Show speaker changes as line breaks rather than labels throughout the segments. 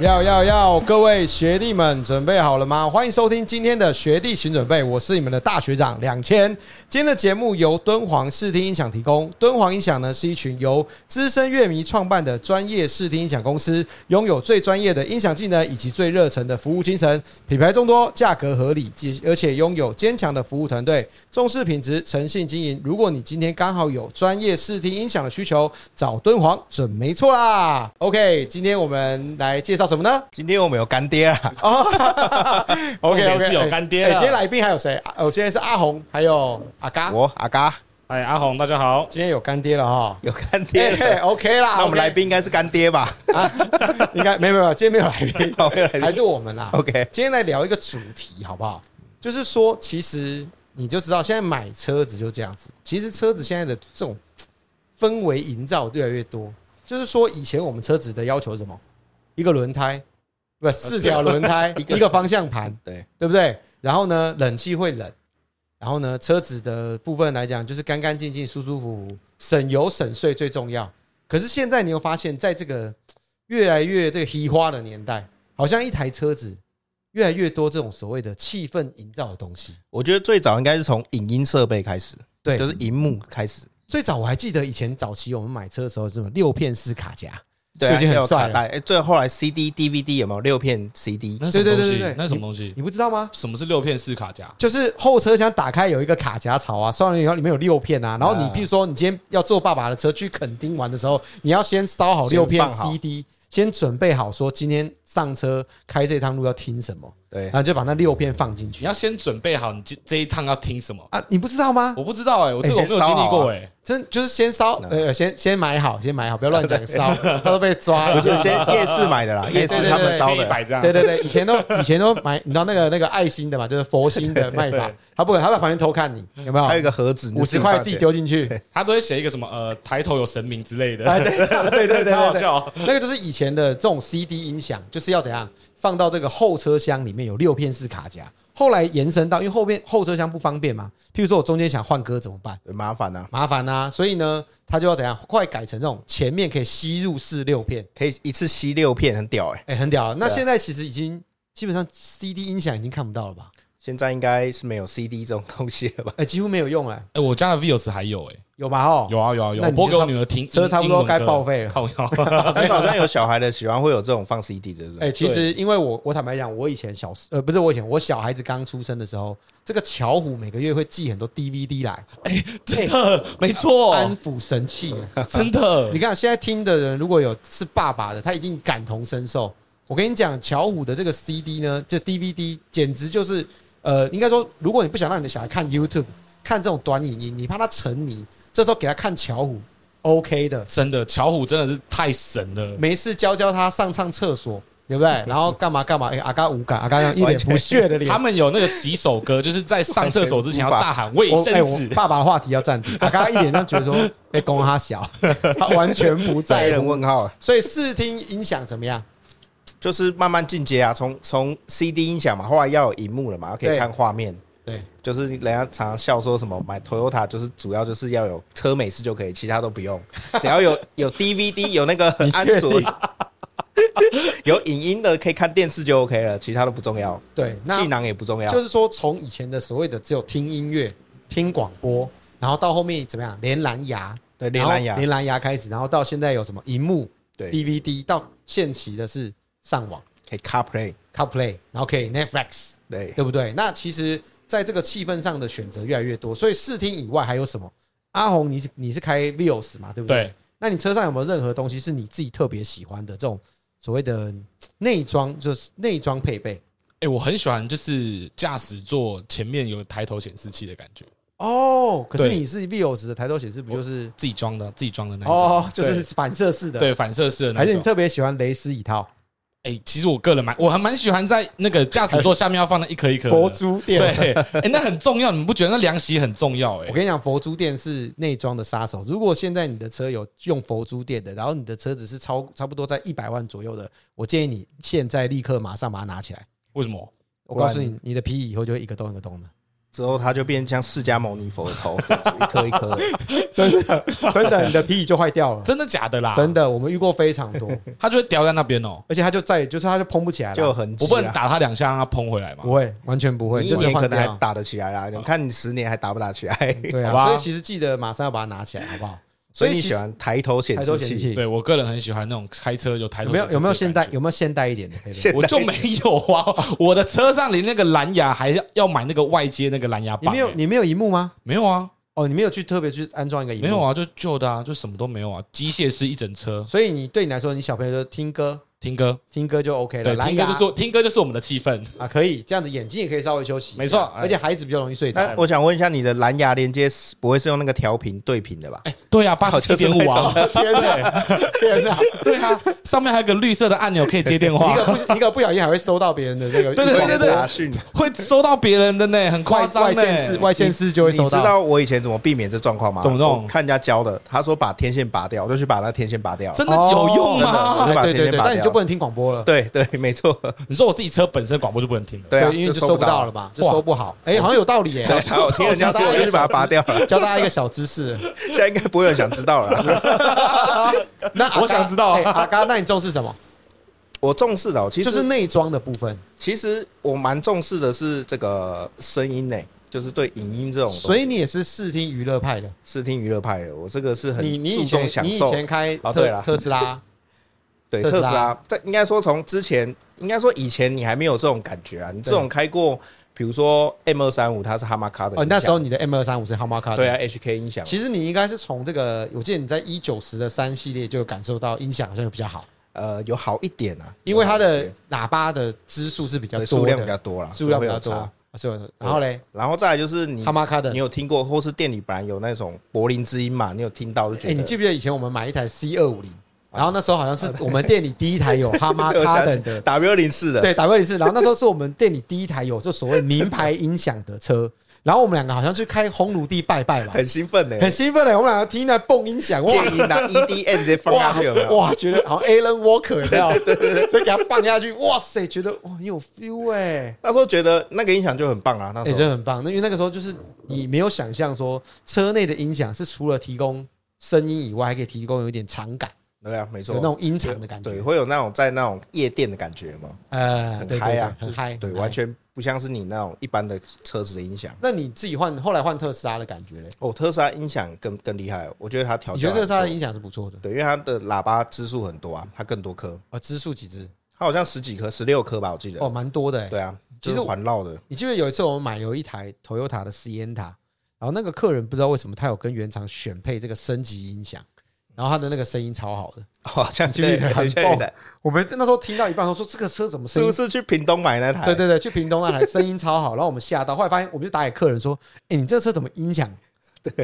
要要要！各位学弟们，准备好了吗？欢迎收听今天的学弟请准备，我是你们的大学长两千。今天的节目由敦煌视听音响提供。敦煌音响呢是一群由资深乐迷创办的专业视听音响公司，拥有最专业的音响技能以及最热忱的服务精神，品牌众多，价格合理，及而且拥有坚强的服务团队，重视品质，诚信经营。如果你今天刚好有专业视听音响的需求，找敦煌准没错啦。OK，今天我们来介绍什么呢
今天我们有干爹啊啦，
？OK
重
OK，
点是有干爹
哎
的
哎今天来宾还有谁？啊哦，今天是阿红，还有阿嘎。
我阿嘎
哎，阿红，大家好。
今天有干爹了哈。
有干爹
嘿
了
嘿 OK 啦，
那我们
哎啊 OK
来宾应该是干爹吧，
啊，应该没有没有，今天没有来宾
好没有来 宾
还是啊我们啦。
？OK，
今天来聊一个主题好不好？就是说，其实你就知道，现在买车子就这样子。其实车子现在的这种氛围营造越来越多，就是说，以前我们车子的要求是什么？一个轮胎，不是四条轮胎， 一个方向盘，
对，
对不对？然后呢，冷气会冷，然后呢，车子的部分来讲，就是干干净净、舒舒服服，省油省税最重要。可是现在你有发现，在这个越来越这个稀花的年代，好像一台车子越来越多这种所谓的气氛营造的东西。
我觉得最早应该是从影音设备开始，
对，
就是荧幕开始，
最早我还记得以前早期我们买车的时候，是什么六片式卡夹，
对啊，
就已经很
还有
帅
卡
了
带，哎，最后来 CD、DVD 有没有六片 CD？
那是什
对
么
对
东
对
西
对对？
那是什么东西？
你不知道吗？
什么是六片式卡夹？
就是后车厢打开有一个卡夹槽啊，烧完以后里面有六片啊。然后你
啊
譬如说你今天要坐爸爸的车去垦丁玩的时候，你要先烧好六片
先放好
CD，先准备好说今天上车开这趟路要听什么，
对
然，后就把那六片放进
你
啊
去
要先准备好，你这这一趟要听什么？
啊。你不知道吗？
我不知道哎，我这个我
哎
没有经
啊
历过哎。
真就是先烧，呃，先先买好，先买好，不要乱 讲烧，他都被抓了。
不是先夜市买的啦，夜市
对对
他们
对
烧
一
的，
百 张，
对对对，以前都以前都买，你知道那个那个爱心的嘛，就是佛心 的卖法，他不可能，他在旁边偷看你，有没
还有
有？
一个盒子，你就
五十块
放
自己。
钱
丢进去，
他都会写一个什么呃，抬头有神明之类的，
哎， 对对对对对，
超好笑哦。
那个就是以前的这种 CD 音响，就是要怎样放到这个后车厢里面有六片式卡夹。后来延伸到，因为后面后车厢不方便嘛，譬如说我中间想换歌怎么办？
对麻烦啊，
麻烦啊，所以呢，它就要怎样，快改成这种前面可以吸入式六片，
可以一次吸六片，很屌哎。
哎、很屌啊。那
对啊
现在其实已经基本上 CD 音响已经看不到了吧？
现在应该是没有 CD 这种东西 了吧？
哎、几乎没有用了、
哎，我家的 Vios 还有哎，
有吧？哦，
有啊有啊有
那
啊，
你就
我播给我
差不
女儿听，
车
英
差不多
英文歌
该报废了
靠腰
但是好像有小孩的喜欢会有这种放 CD 的，对不
哎、
对？
其实因为我我坦白讲，我以前小时呃不是我以前我小孩子刚出生的时候，这个巧虎每个月会寄很多 DVD 来，
真的没错，
安抚神 器。
真的
你看现在听的人，如果有是爸爸的，他一定感同身受。我跟你讲，巧虎的这个 CD 呢，这 DVD 简直就是呃，应该说，如果你不想让你的小孩看 YouTube，看这种短影音，你怕他沉迷，这时候给他看巧虎，OK 的，
真的，巧虎真的是太神了。
没事教教他上上厕所，对 不对？然后干嘛干嘛，哎、阿嘎无感，阿嘎一脸
完全
不屑的脸
他。们有那个洗手歌，就是在上厕所之前要大喊卫
我哎、
生
我
纸。
爸爸的话题要暂 停。阿嘎一脸上觉得说，哎，公他小，他完全不
白
在
人
乎。
问号啊，
所以视听音响怎么样？
就是慢慢进阶啊，从从 CD 音响嘛，后来要有荧幕了嘛，可
对
以看画面。
对，
就是人家常常笑说什么买 Toyota 就是主要就是要有车美式就可以，其他都不 用，只要有有 DVD 有那个
你
安
确
卓
定，
有影音的可以看电视就 OK 了，其他都不重要，
对，那
气囊啊也不重要，
就是说，从以前的所谓的只有听音乐、听广播，然后到后面怎么样，连蓝牙，
对，连蓝
然
牙
后，连蓝牙开始，然后到现在有什么荧幕、
对，
DVD，到现期的是上网、
可以 CarPlay，
CarPlay，然后可以 Netflix，
对，
对不对？那其实在这个气氛上的选择越来越多，所以视听以外还有什么？阿红，你是你是开 Vios 嘛，对不对？
对，
那你车上有没有任何东西是你自己特别喜欢的这种所谓的嗯内装，就是内装配备？
哎、我很喜欢就是驾驶座前面有抬头显示器的感觉，
哦，可是
对
你是 Vios 的抬头显示不就是
自己装的，自己装的那一种。
哦，就是
对
反射式的，
对反射式的那
还
一
是你
种。
特别喜欢蕾丝椅套、
哎、其实我个人蛮，我还蛮喜欢在那个驾驶座下面要放那一颗一颗的
佛。珠
对，
垫？
哎、那很重要，你们不觉得那凉席很重要、
我
哎，
跟你讲，佛珠垫是内装的杀手。如果现在你的车有用佛珠垫的，然后你的车子是超差不多在一百万左右的，我建议你现在立刻马上把它拿起来。
为什么？
我告诉
不然
你，你的皮椅以后就会一个洞一个洞的。
之后它就变像释迦牟尼佛的头，这样子一颗一 颗的。
真的真的，你的皮椅就坏掉了，
真的啊假的啦？
真的，我们遇过非常多，
他就会掉在那边哦。
而且它就再也就是它就蓬不起来了，
就有痕迹
我
啊。
不能打他两下让他砰回来嘛
不？会，完全不会，
你一
就直
年
换
可能还
掉
打得起来啦，啊你看你十年还打不打起来？
对
好
啊，
吧
所以其实记得马上要把它拿起来，好不好？
所以你
其实
喜欢抬头显
抬头
示
显示
器？
器，
对我个人很喜欢那种开车有抬头
有没有有没有现代
显示器的感觉
有没有现代一点的？可以不可以
现
我就没有啊，我的车上连那个蓝牙还要要买那个外接那个蓝牙
你
棒、
没有
欸
你没有荧幕吗？
没有啊，
哦，你没有去特别去安装一个荧幕，
没有。啊，就旧的啊，就什么都没有啊，机械师一整车，
所以你对你来说，你小朋友就听歌，
听歌，
听歌就 OK 了，
对，
蓝
听
牙
歌就是听歌就是我们的气氛，
啊，可以这样子，眼睛也可以稍微休息一下，
没错哎
而且孩子比较容易睡着。
那我想问一下，你的蓝牙连接是不会是用那个调频对频的吧？
哎，对啊，八十七点五啊，
天哪，天哪！
对啊，上面还有个绿色的按钮可以接 电
一
话
个，不一个不小心还会收到别人的这个
对对对对对
杂讯。
会收到别人的呢，很夸
外
张
外
呢、
线市外线市就会
你
收
知
到。
道我以前怎么避免这状况吗？
怎么弄
我看人家教的，他说把天线拔掉，我就去把那天线拔掉。
真的有用
哦真的就
吗？
把
哎对
甜
对
点
对，
拔掉
但你就不能听广播了，
对对，没错，
你说我自己车本身广播就不能听了，
对啊，
因为就
收
收不到
到
了。嘛，就收不好。哎，好像有道理耶
对，。然后我听人家说，我就去把它拔掉了。
教大家一个小知识，
现在应该不会有人想知道了啦。
那 阿嘎
我想知道
哎阿嘎，那你重视什么？
我重视的哦，啊其
就是
实
内装的部分，
其实我蛮重视的是这个声音呢，就是对影音这种东西，
所以你也是视听娱乐派的。
视听娱乐派的，我这个是很
你你
注
以前
重享
你以
受。
前开
哦对
特
啦
特斯拉，
对
特斯
特
拉
斯拉，在应该说从之前，应该说以前你还没有这种感觉啊，你这种开过，比如说 M 二三五，它是哈马卡的音
呃，嗯
响，
那时候你的 M 二三五是 h a m a c a
对啊，HK 音响，
其实你应该是从这个，我记得你在一九十的三系列就有感受到音响好像比较好，
呃，有好一点啊，
因为它
有好一
的
点
喇叭的支数是比较
对
多的，
数量比较多啦，
数量比较
就会有
多
差。，
是吧？然后嘞，
然后再来就是你
哈，马卡的
你，有听过，或是店里本来有那种柏林之音嘛，你有听到就觉
哎，
得，啊
你记不记得以前我们买一台 C 二五零，然后那时候好像是我们店里第一 台有哈马
对我
卡
想
的
起
的。
W 零四的，
对，打过一次。然后那时候是我们店里第一台有就所谓名牌音响的车，然后我们两个好像去开烘炉地拜拜吧，
很兴奋呢，
很兴奋嘞，我们两个听那蹦音响，哇
电音拿 EDM 直接放下去有没有？
哇，觉得好像 Alan Walker 有没有？再给他放下去，哇塞，觉得哇很有 feel 哎、欸，
那时候觉得那个音响就很棒啊，那
哎、
时候
真的很棒。那因为那个时候就是你没有想象说车内的音响是除了提供声音以外，还可以提供有一点场感，
对啊，没
有
错
那，种音场的感
对，
觉，
会有那种在那种夜店的感觉嘛，
呃，对
很
对
嗨啊，
对很嗨，
对，
很嗨
完。全不像是你那种一般的车子的音响。
那你自己换后来换特斯拉的感觉嘞？
哦，特斯拉音响更更厉害，我觉得它调
你
教
觉
还
得
不错。
特斯拉的音响是不错的？
对，因为它的喇叭支数很多啊，它更多颗，
呃，支数几支？
它好像十几颗，十六颗吧，我记得。
哦，蛮多的、欸。
对啊，
其
就
实
是
我
环绕的，
你记不记得有一次我们买有一台 Toyota 的 Sienna，然后那个客人不知道为什么他有跟原厂选配这个升级音响，然后他的那个声音超好的。
好像
你记不记
对
得很
对对对，
我们那时候听到一半说说这个车怎么
是
声
不
音？
是去屏东买那台？
对对对，去屏东那台声音超好，然后我们吓到，后来发现我们就打给客人说：“哎，你这车怎么音响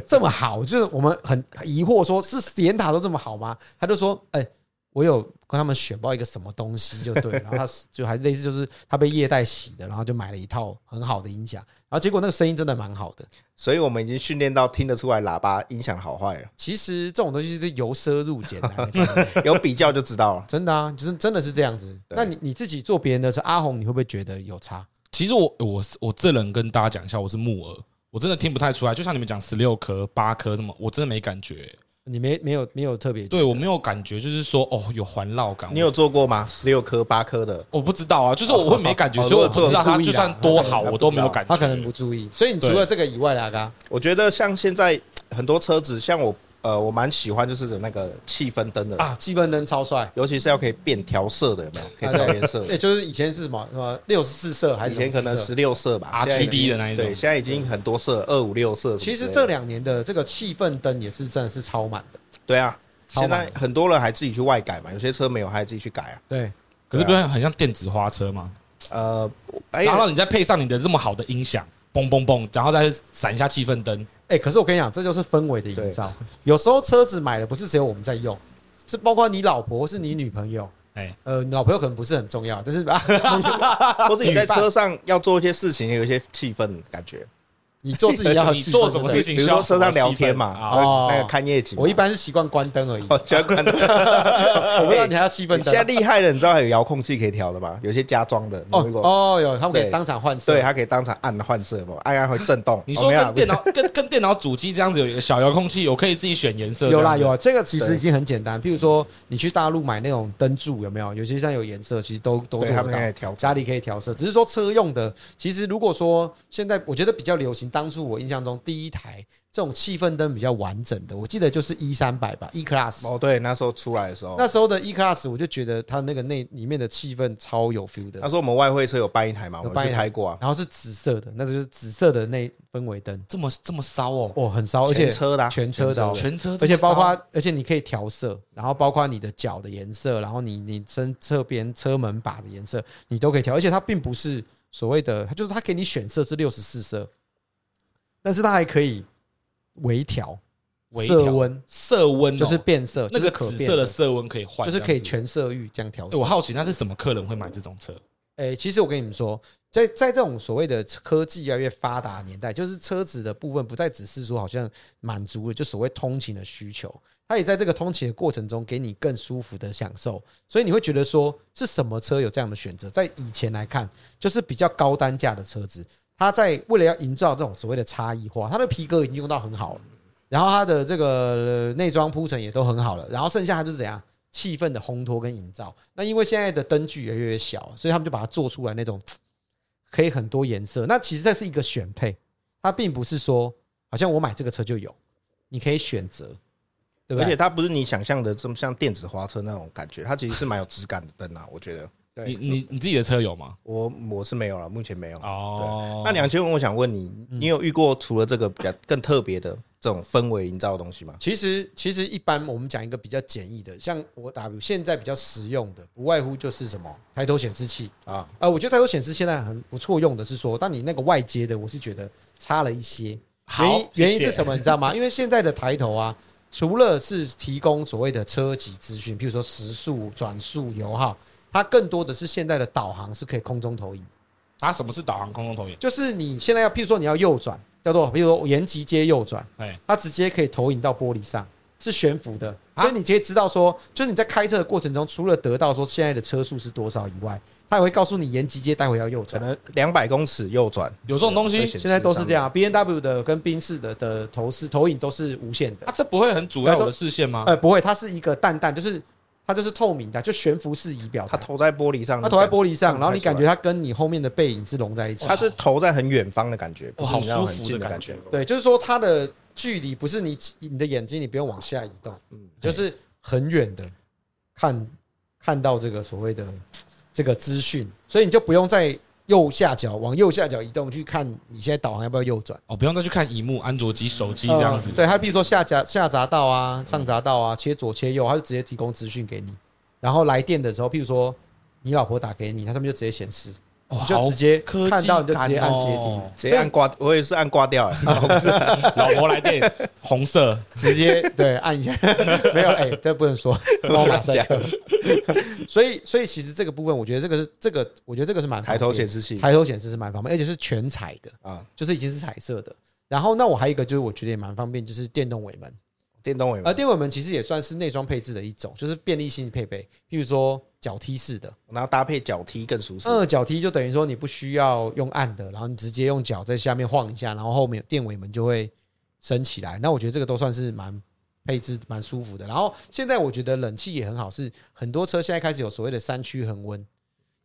这么好？”就是我们很疑惑，说是 Sienna 都这么好吗？他就说：“哎。”我有跟他们选报一个什么东西就对了，然后他就还类似就是他被业代洗的，然后就买了一套很好的音响，然后结果那个声音真的蛮好的，
所以我们已经训练到听得出来喇叭音响好坏了，
其实这种东西是由奢入俭来的，
有比较就知道了。
真的啊，就是真的是这样子。
对
那你你自己做别人的车，阿红你会不会觉得有差？
其实我我是我这人跟大家讲一下，我是木耳，我真的听不太出来。就像你们讲十六颗、八颗什么，我真的没感觉欸、
你没没有没有特别
对我没有感觉，就是说哦，有环绕感。
你有做过吗？十六颗、八颗的，
我不知道啊，就是我会没感觉，
哦
所以我
如
不
果
知道
做
它
注意啦
就算多好，
他可能
我都没有感觉。
他可能不注意，所以你除了这个以外的阿嘎，
我觉得像现在很多车子，像我呃，我蛮喜欢就是有那个气氛灯的
啊，积分灯超帅，
尤其是要可以变调色的，有没有？可以调颜色
也
的。
就是以前是什么什么六十四色还
以
是
前可能
什么色
十六色
啊
吧
RGB
现在已经
的那一种
对，现在已经很多色，二五六色什么之
其
类的。
实这两年的这个气氛灯也是真的是超满的，
对啊，
超
现
满
在
的。
很多人还自己去外改嘛，有些车没有还自己去改啊。
对，
可是不是很像电子花车吗？
呃，哎
然
呀，
后你再配上你的这么好的音响，嘣嘣嘣，然后再闪一下气氛灯，
哎，可是我跟你讲，这就是氛围的营造。有时候车子买了不是只有我们在用，是包括你老婆或是你女朋友。
哎，
呃，你老朋友可能不是很重要，但是
或者你在车上要做一些事情，有一些气氛感觉。
你做自己要的
你
气氛
做什么
对不对
事情
比如
需
说
要
车上
什么
聊
气
天
氛
嘛，
啊
哦
那个看夜景嘛。
我一 般是习惯关灯而已，
哦，喜欢关灯。我
我不知道你还要气氛
你现在
灯
厉害了，你知道还有遥控器可以调的吗？有些家装的，
哦
你如果
哦有，他们可以
对
当场换色
对，，它可以当场按换色嘛，按按会震动。
你
哦
说
没有
啊
啦
跟电脑跟 跟电脑主机这样子有一个小遥控器，我可以自己选颜色。
有啦
这样子
有，啊，这个其实
对
已经很简单。譬如说，你去大陆买那种灯柱，有没有？有些像有颜色，其实都都
不是
做
对他
得
们
到
可。以调
家里可以调色，只是说车用的，其实如果说现在我觉得比较流行，当初我印象中第一台这种气氛灯比较完整的，我记得就是一三百吧，E Class。
哦，对，那时候出来的时候，
那时候的 E Class，我就觉得它那个内里面的气氛超有 feel 的
那，时候我们外汇车有办一台嘛，
有
我
办
们
一
去
台
拍过啊，
然后是紫色的，那就是紫色的那氛围灯，
这么这么骚哦，
哦，很骚，而且
全车的啊，
全车的哦
全车这么骚，
而且包括，而且你可以调色，然后包括你的脚的颜色，然后你你身侧边车门把的颜色，你都可以调。而且它并不是所谓的，它就是它给你选色是六十四色，但是它还可以微调
微调
色温，
色温哦
就是变色，
那
就是
个
可
紫
变
色的，色温可以换，
就是可以
这样子
全色域这样调
欸
色。
我好奇那是什么客人会买这种车？
诶、其实我跟你们说，在在这种所谓的科技越来越发达的年代，就是车子的部分不再只是说好像满足了就所谓通勤的需求，它也在这个通勤的过程中给你更舒服的享受。所以你会觉得说，是什么车有这样的选择？在以前来看，就是比较高单价的车子，它在为了要营造这种所谓的差异化，它的皮革已经用到很好了，然后它的这个呃内装铺陈也都很好了，然后剩下它就是怎样？气氛的烘托跟营造。那因为现在的灯具也越来越小，所以他们就把它做出来那种嘖可以很多颜色。那其实这是一个选配，它并不是说好像我买这个车就有，你可以选择，对不
而且
对？
它不是你想象的这么像电子花车那种感觉，它其实是蛮有质感的灯 啊，我觉得。对
你你你自己的车有吗？
我我是没有了，目前没有。
哦，
那两千文，我想问你，
嗯
你有遇过除了这个比较更特别的这种氛围营造的东西吗？
其实，其实一般我们讲一个比较简易的，像我打比如现在比较实用的，不外乎就是什么抬头显示器。
啊，
呃，我觉得抬头显示现在很不错用的是说，但你那个外接的，我是觉得差了一些。
好
原因
谢谢
原因是什么？你知道吗？因 为现在的抬头啊，除了是提供所谓的车籍资讯，譬如说时速、转速、油耗，它更多的是现在的导航是可以空中投影。
啊？什么是导航空中投影？
就是你现在要，譬如说你要右转，叫做譬如说延吉街右转，
哎，
它直接可以投影到玻璃上，是悬浮的，
啊
所以你直接知道说，就是你在开车的过程中，除了得到说现在的车速是多少以外，它也会告诉你延吉街待会要右
可
转。
能两百公尺右转，
有这种东西
会显示
现在都是这样，B 啊 N W 的跟宾士的的投视投影都是无线的
啊？。这不会很阻碍我的视线
啊
吗？
呃，不会，它是一个淡淡，就是它就是透明的，就悬浮式仪表
上
台，
面，它投在玻璃上，
它投在玻璃上，
看不太
然后你感觉它跟你后面的背影是融在一起
出来，它
的。
是投在很远方的感觉，
哦
哇，
不是
好
你那种
舒
很
服
近的
感
觉。
对，就是说它的距离不是你你的眼睛，你不用往下移动，
嗯
就是很远的看看到这个所谓的这个资讯，所以你就不用在右下角往右下角移动去看你现在导航要不要右转。
哦，不用再去看荧幕、安卓机、手机这样子
呃。对，它譬如说下夹下匝道啊、上匝道啊、切左切右，它就直接提供资讯给你。然后来电的时候，譬如说你老婆打给你，它上面就直接显示，
哇，
你
好
就直接
科技哦
看到你就直接按接听
感哦，
直接按挂，我也是按挂掉、欸，
啊
老婆来电，红色，
直接对按一下， 没有哎、这不能说， 我马赛克。所以，所以其实这个部分，我觉得这个是这个，我觉得这个是蛮
抬头显
示
示器
抬头显示是蛮方便，而且是全彩的，
啊，
就是已经是彩色的。然后，那我还有一个就是我觉得也蛮方便，就是电动尾门。
电动尾
而
门，
电尾门其实也算是内装配置的一种，就是便利性配备，譬如说脚踢式的，
然后搭配脚踢更舒适。
二脚踢就等于说你不需要用按的，然后你直接用脚在下面晃一下，然后后面有电尾门就会升起来。那我觉得这个都算是蛮配置蛮舒服的。然后现在我觉得冷气也很好，是很多车现在开始有所谓的三区恒温，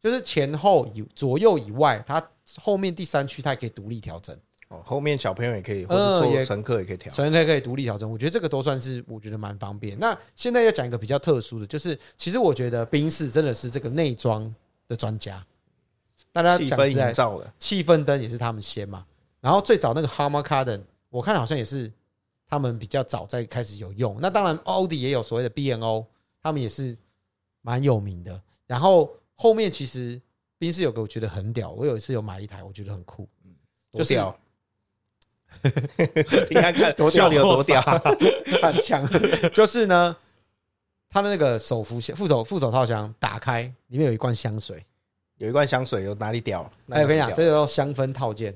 就是前后以左右以外，它后面第三区它也可以独立调整。
哦，后面小朋友也可以，或
嗯
者
也
坐乘客也可以调。
成人可以独立调整，我觉得这个都算是我觉得蛮方便。那现在要讲一个比较特殊的，就是其实我觉得宾士真的是这个内装的专家，大家
气
讲
氛
实在
营，造的，
气氛灯也是他们先嘛。然后最早那个 Harman Kardon，我看好像也是他们比较早在开始有用。那当然，奥迪也有所谓的 B&O，他们也是蛮有名的。然后后面其实宾士有个我觉得很屌，我有一次有买一台，我觉得很酷，
多
就是
屌！你看看
多屌
笑你有多屌，
很强， 就是呢，他的那个手扶箱、副手副手套箱打开，里面有一罐香水。
有一罐香水有哪里屌？
哎，我跟你讲，
哪里
这
屌
个叫香氛套件，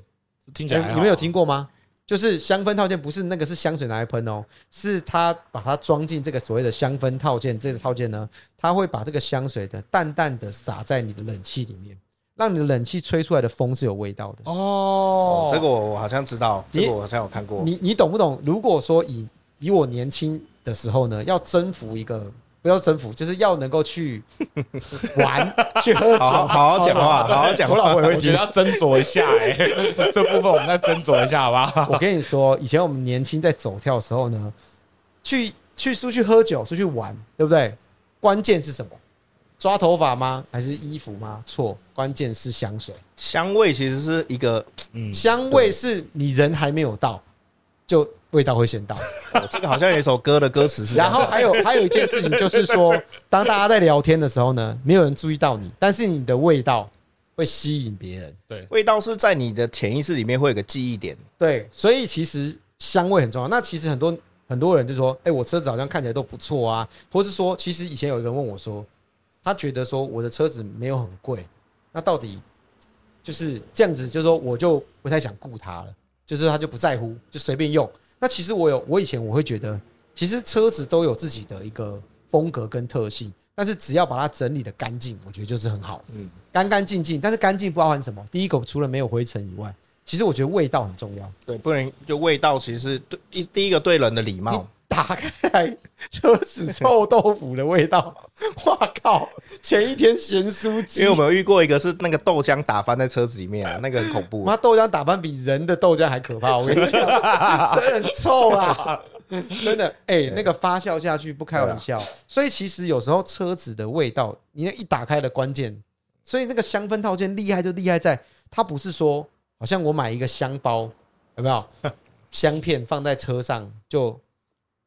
听起
你
来还好
你们有听过吗？就是香氛套件，不是那个是香水拿来喷哦，是它把它装进这个所谓的香氛套件。这个套件呢，它会把这个香水的淡淡的洒在你的冷气里面，让你的冷气吹出来的风是有味道的。
哦
哦，这个我我好像知道，
你
这个我好像有看过。
你你懂不懂？如果说以以我年轻的时候呢，要征服一个，不要征服，就是要能够去玩、去喝酒，
好好好好讲话，好好讲
我老
话。
婆也会
我觉
听
得。要斟酌一下哎、 这部分我们再斟酌一下好不好？
我跟你说，以前我们年轻在走跳的时候呢，去去出去喝酒、出去玩，对不对？关键是什么？抓头发吗？还是衣服吗？错，关键是香水，
香味其实是一个，
嗯，
香味是你人还没有到，就味道会先到。
哦这个好像有一首歌的歌词是这啊
然
样
后
讲，
还有还有一件事情就是说，当大家在聊天的时候呢，没有人注意到你，但是你的味道会吸引别人。
对，
味道是在你的潜意识里面会有个记忆点。
对，所以其实香味很重要。那其实很多很多人就说，哎、我车子好像看起来都不错啊，或是说，其实以前有一个人问我说，他觉得说我的车子没有很贵，那到底就是这样子，就是说我就不太想顾它了，就是他就不在乎，就随便用。那其实我有，我以前我会觉得，其实车子都有自己的一个风格跟特性，但是只要把它整理的干净，我觉得就是很好。
嗯，
干干净净，但是干净包含什么？第一个除了没有灰尘以外，其实我觉得味道很重要。
对，不能就味道其实是对第第一个对人的礼
你
貌。
打开来就是臭豆腐的味道， 哇靠！前一天咸酥
因
鸡
为我，们有遇过一个是那个豆浆打翻在车子里面啊，那个很恐怖。
妈豆浆打翻比人的豆浆还可怕，我跟你讲， 真的很臭啊！真的，哎、那个发酵下去不开玩笑，所以其实有时候车子的味道，你那一打开的关键，所以那个香氛套件厉害就厉害在，它不是说好像我买一个香包，有 没有香片放在车上就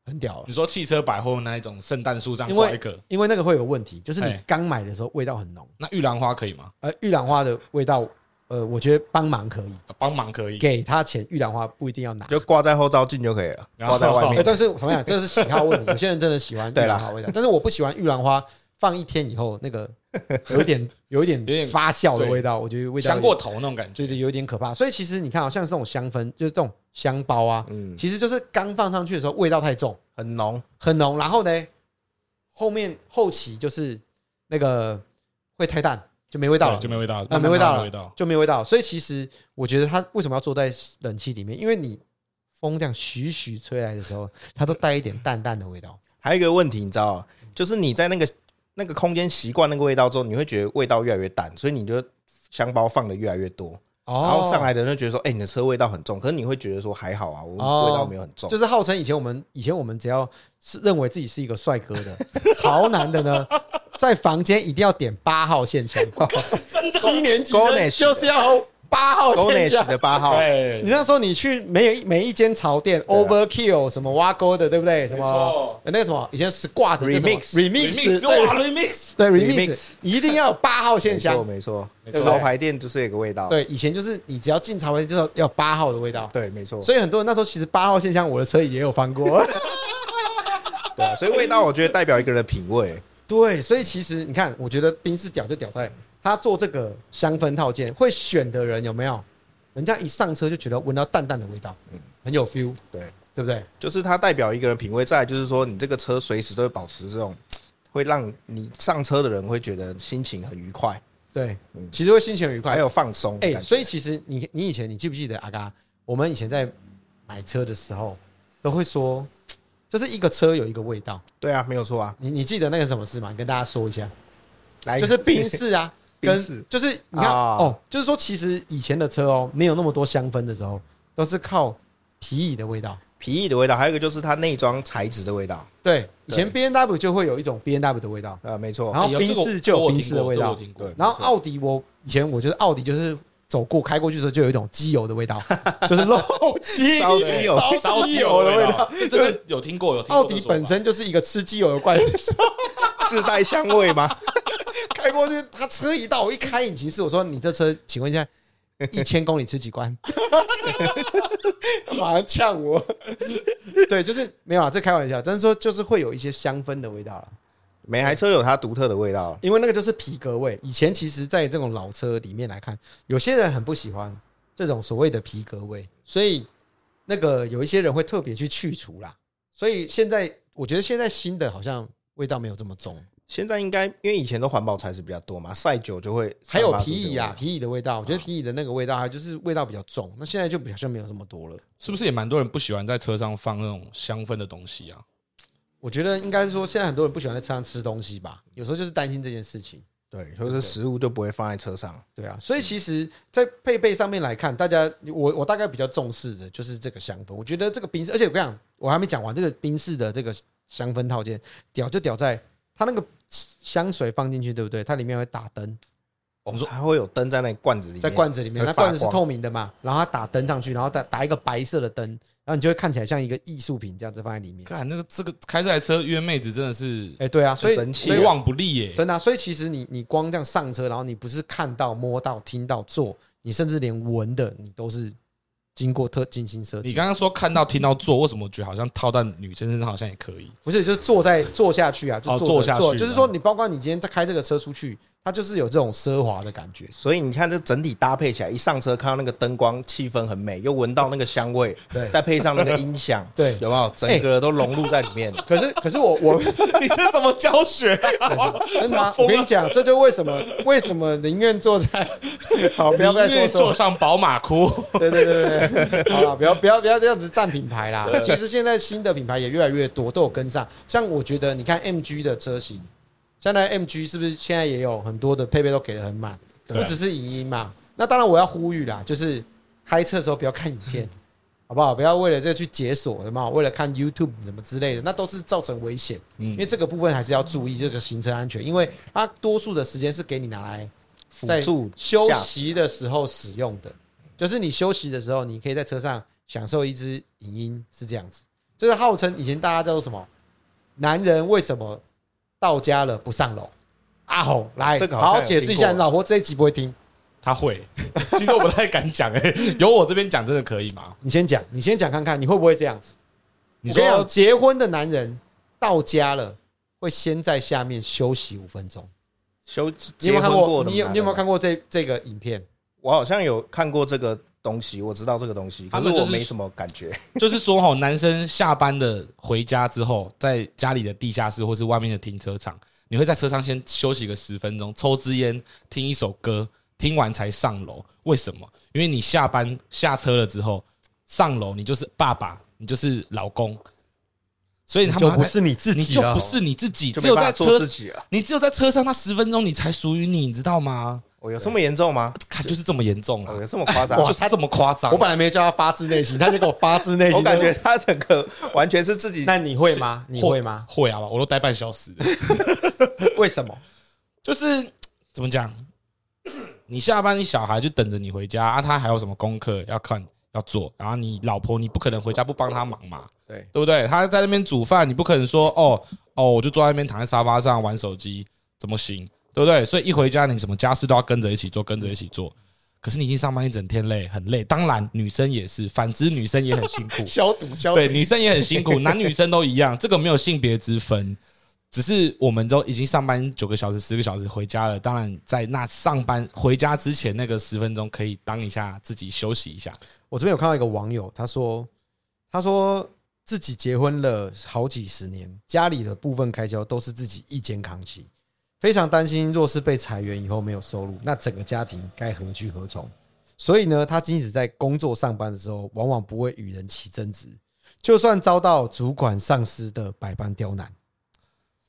很屌了
你。说汽车百货那一种圣诞树这样
因
挂一
为
个，
因为那个会有问题，就是你
哎
刚买的时候味道很浓，
那玉兰花可以吗？
而玉兰花的味道，呃，我觉得帮忙可以，
啊帮忙可以，
给他钱，玉兰花不一定要拿。
就挂在后照镜就可以了，
然后
挂在外
哎
面。
但是同样，这是喜好问题，有些人真的喜欢玉
对啦
兰花味道，但是我不喜欢玉兰花放一天以后，那个有一点有一
点
点发酵的
对
味道，我觉得味道有
香过，头那种感觉
觉。得有一点可怕。所以其实你看啊，像这种香氛，就是这种香包啊，
嗯，
其实就是刚放上去的时候味道太重，
很浓，
很浓，然后呢，后面后期就是那个会太淡，就没味道了，
对就没味道，
啊，
慢慢
没味道
慢慢
了，
味道。
就没味道。所以其实我觉得它为什么要坐在冷气里面？因为你风这样徐徐吹来的时候，它都带一点淡淡的味 道。
还有一个问题，你知道啊，就是你在那个那个空间习惯那个味道之后，你会觉得味道越来越淡，所以你就香包放的越来越多，
哦
然后上来的人就觉得说，哎，你的车味道很重，可是你会觉得说还好啊，
哦
我味道没有很重
就。是号称以前我们以前我们只要是认为自己是一个帅哥的潮男的呢，在房间一定要点八号线枪， 七年级生
Ganesh
就是要八号
o n
线
e s
枪。
的 八号，
对
你，那时候你去每有一每一间潮店
啊
，Overkill 什么挖沟的，对不对？什么
错
那个什么以前 Squad 的
Remix
remix 对
哇，remix，
对
Remix
remix 一定要有八号
没
线
错
香。
没错
没，
错
潮牌店就是有个味道，
对，以前就是你只要进茶杯就是要八号的味道，
对没错，
所以很多人那时候其实八号线香我的车也有翻 过。
对啊，所以味道我觉得代表一个人的品味，
对，所以其实你看，我觉得宾士屌就屌在他做这个香氛套件，会选的人有没有？人家一上车就觉得闻到淡淡的味道，很有 feel，
嗯对。
对不对？
就是它代表一个人品味，再来就是说你这个车随时都会保持这种，会让你上车的人会觉得心情很愉快，
对
嗯，
其实会心情愉快
还。有放松的
哎、
感觉。
所以其实你你以前你记不记得阿嘎？我们以前在买车的时候都会说，就是一个车有一个味道。
对啊，没有错啊，
你你记得那个什么事吗？你跟大家说一下，
来
就是宾士啊，
哎宾
跟
士
就是你看
啊
哦，就是说其实以前的车哦，没有那么多香氛的时候，都是靠皮椅的味道。
皮衣的味道，还有一个就是它内装材质的味道
对，以前
对
B N W 就会有一种 B N W 的味道，
啊，没错
然。后
哎有
宾
这个
士就有
我
宾
听
士的
过
味
这个
道
我听过
对，
然后
没错
奥迪我以前我觉得奥迪就是走过开过去的时候就有一种机油的味道， 就是漏机
烧机油
烧
烧
机
机
油
油
的
的
味
味
道
道，。这真的有听过，有听过
奥
这
迪
说法
本身就是一个吃机油的怪兽，
自带香味吗？
开过去，他车一到，我一开引擎室，我说：“你这车，请问一下， 一千公里吃几关？” 马上呛我。对，就是没有啊，这开玩笑，但是说就是会有一些香氛的味道了，
每台车有它独特的味道，
因为那个就是皮革味。以前其实，在这种老车里面来看，有些人很不喜欢，这种所谓的皮革味，所以那个有一些人会特别去去除啦。所以现在我觉得现在新的好像味道没有这么重，
现在应该因为以前都环保材质比较多嘛，晒久就会
还有
散发出
皮
这
椅
个
啊，
味道，
皮椅的味道，我觉得皮椅的那个味道还有就是味道比较重。那现在就好像没有这么多了。
是不是也蛮多人不喜欢在车上放那种香氛的东西啊？
我觉得应该是说，现在很多人不喜欢在车上吃东西吧，有时候就是担心这件事情。
对，所以是食物就不会放在车上。
对啊，所以其实，在配备上面来看，大家我我大概比较重视的就是这个香氛。我觉得这个宾士，而且我跟你讲，我还没讲完，这个宾士的这个香氛套件屌就屌在它那个香水放进去，对不对？它里面会打灯，
我说哦还会有灯在那罐子里面，
在罐子里面，
会
那
发
罐子是
光
透明的嘛，然后它打灯上去，然后打打一个白色的灯，然后你就会看起来像一个艺术品这样子放在里面。
看那个这个开这台车约妹子真的是
哎，对啊，所以
神奇
所以
无往不利耶、
真的啊、所以其实你你光这样上车，然后你不是看到、摸到、听到、做，你甚至连闻的，你都是经过特精心设
你
计。
刚刚说看到听到做，为什么我觉得好像套在女生身上好像也可以？
不是，就是坐在坐下去啊，就
哦
坐、
坐下去
就是
啊
说你包括你今天在开这个车出去，它就是有这种奢华的 感觉。
所以你看，这整体搭配起来，一上车看到那个灯光，气氛很美，又闻到那个香味，
对
再配上那个音响，
对哎
有没有？整个都融入在里面。
可是，可是我 我
你这怎么教学、
真的、啊，我跟你讲，这就为什么为什么宁愿坐在 好，不要再
宁愿
坐
坐
车。
上宝马哭，
对对对对对， 好了，不要不要不要这样子占品牌啦。其实现在新的品牌也越来越多，都有跟上。像我觉得，你看 MG 的车型，现在 MG 是不是现在也有很多的配备都给的很满，
对
不只是影音嘛？那当然我要呼吁啦，就是开车的时候不要看影片，好不好？不要为了这个去解锁的嘛，为了看 YouTube 什么之类的，那都是造成危险。
嗯
因为这个部分还是要注意这个行车安全，因为它多数的时间是给你拿来
辅
在
助
休
驾驶
息的时候使用的，就是你休息的时候，你可以在车上享受一支影音，是这样子。这是号称以前大家叫做什么？男人为什么到家了不上楼？阿红来，
这个好
好
像
好
有
解释一下，
听过
你老婆这一集不会听，
他会。其实我不太敢讲哎、由我这边讲真的可以吗？
你先讲，你先讲看看你会不会这样子。
你
我跟
说
讲结婚的男人到家了会先在下面休息五分钟，
修
你有
结
没有
婚
看
过
过？
的
你有
嘛
你有没有？看过这这个影片？
我好像有看过这个东西，我知道这个东西，
他
可
们
是我
就是
没什么感 觉。
就是说吼，男生下班的回家之后，在家里的地下室或是外面的停车场，你会在车上先休息个十分钟，抽支烟，听一首歌，听完才上楼。为什么？因为你下班下车了之后，上楼你就是爸爸，你就是老公，所以他们要在
你自啊
你就不是你自己，
就
只
没
有
办
在
法做
车
自己了。
你只有在车上那十分钟，你才属于你，你知道吗？
哦我有这么严重吗？
看，就是这么严重
哦，有
了，
这么夸张？
就是这么夸张啊
我。本来没有叫他发自内心，他就 给我发自内心。
我感觉他整个完全是自己
那你会吗？你会吗？
会啊，我都待半小时。
为什么？
就是怎么 讲，你下班，你小孩就等着你回家啊，他还有什么功课要看要做，然后你老婆你不可能回家不帮他忙嘛，
对
对不对？他在那边煮饭，你不可能说哦哦，我就坐在那边躺在沙发上玩手机，怎么行？对不对？所以一回家，你什么家事都要跟着一起做，跟着一起做。可是你已经上班一整天累，很累。当然，女生也是，反之女生也很辛苦。
消毒消
对，女生也很辛苦， 男女生都一样，这个没有性别之分。只是我们都已经上班九个小时、十个小时回家了，当然在那上班回家之前那个十分钟可以当一下自己休息一下。
我这边有看到一个网友，他说，他说自己结婚了好几十年，家里的部分开销都是自己一肩扛起，非常担心若是被裁员以后没有收入，那整个家庭该何去何从？所以呢，他即使在工作上班的时候，往往不会与人起争执，就算遭到主管、上司的百般刁难，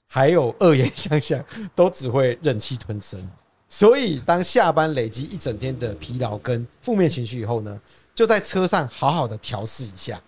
还有恶言相向，都只会忍气吞声。所以，当下班累积一整天的疲劳跟负面情绪以后呢，就在车上好好的调试一下，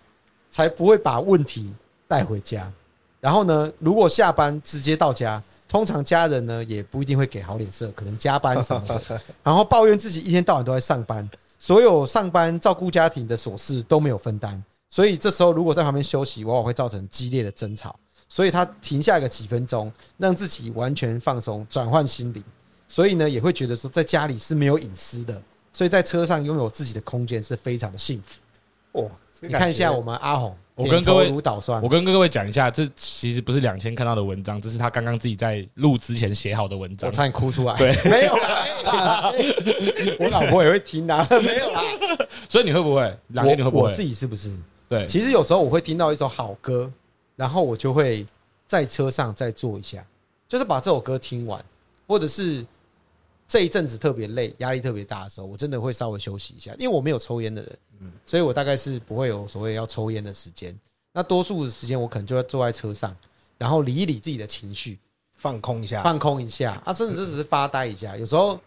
才不会把问题带回家。然后呢，如果下班直接到家，通常家人呢也不一定会给好脸色，可能加班什么的，然后抱怨自己一天到晚都在上班，所有上班照顾家庭的琐事都没有分担。所以这时候如果在旁边休息，往往会造成激烈的争吵。所以他停下个几分钟，让自己完全放松，转换心灵。所以呢，也会觉得说在家里是没有隐私的，所以在车上拥有自己的空间是非常的幸福。
哦，
你看一下我们阿红，
我跟
点头
各位
如捣蒜
我，跟各位讲一下，这其实不是两千看到的文章，这是他刚刚自己在录之前写好的文章
我。差点哭出来。对， 没有啦， 我老婆也会听啊，没有啦。
所以你会不会？两千你会不
我
会
我？自己是不是？
对，
其实有时候我会听到一首好歌，然后我就会在车上再做一下，就是把这首歌听完，或者是这一阵子特别累、压力特别大的时候，我真的会稍微休息一下，因为我没有抽烟的人，
嗯
所以我大概是不会有所谓要抽烟的时间。那多数的时间我可能就要坐在车上，然后理一理自己的情绪，
放空一下，
放空一下啊，甚至就只是发呆一下。有时候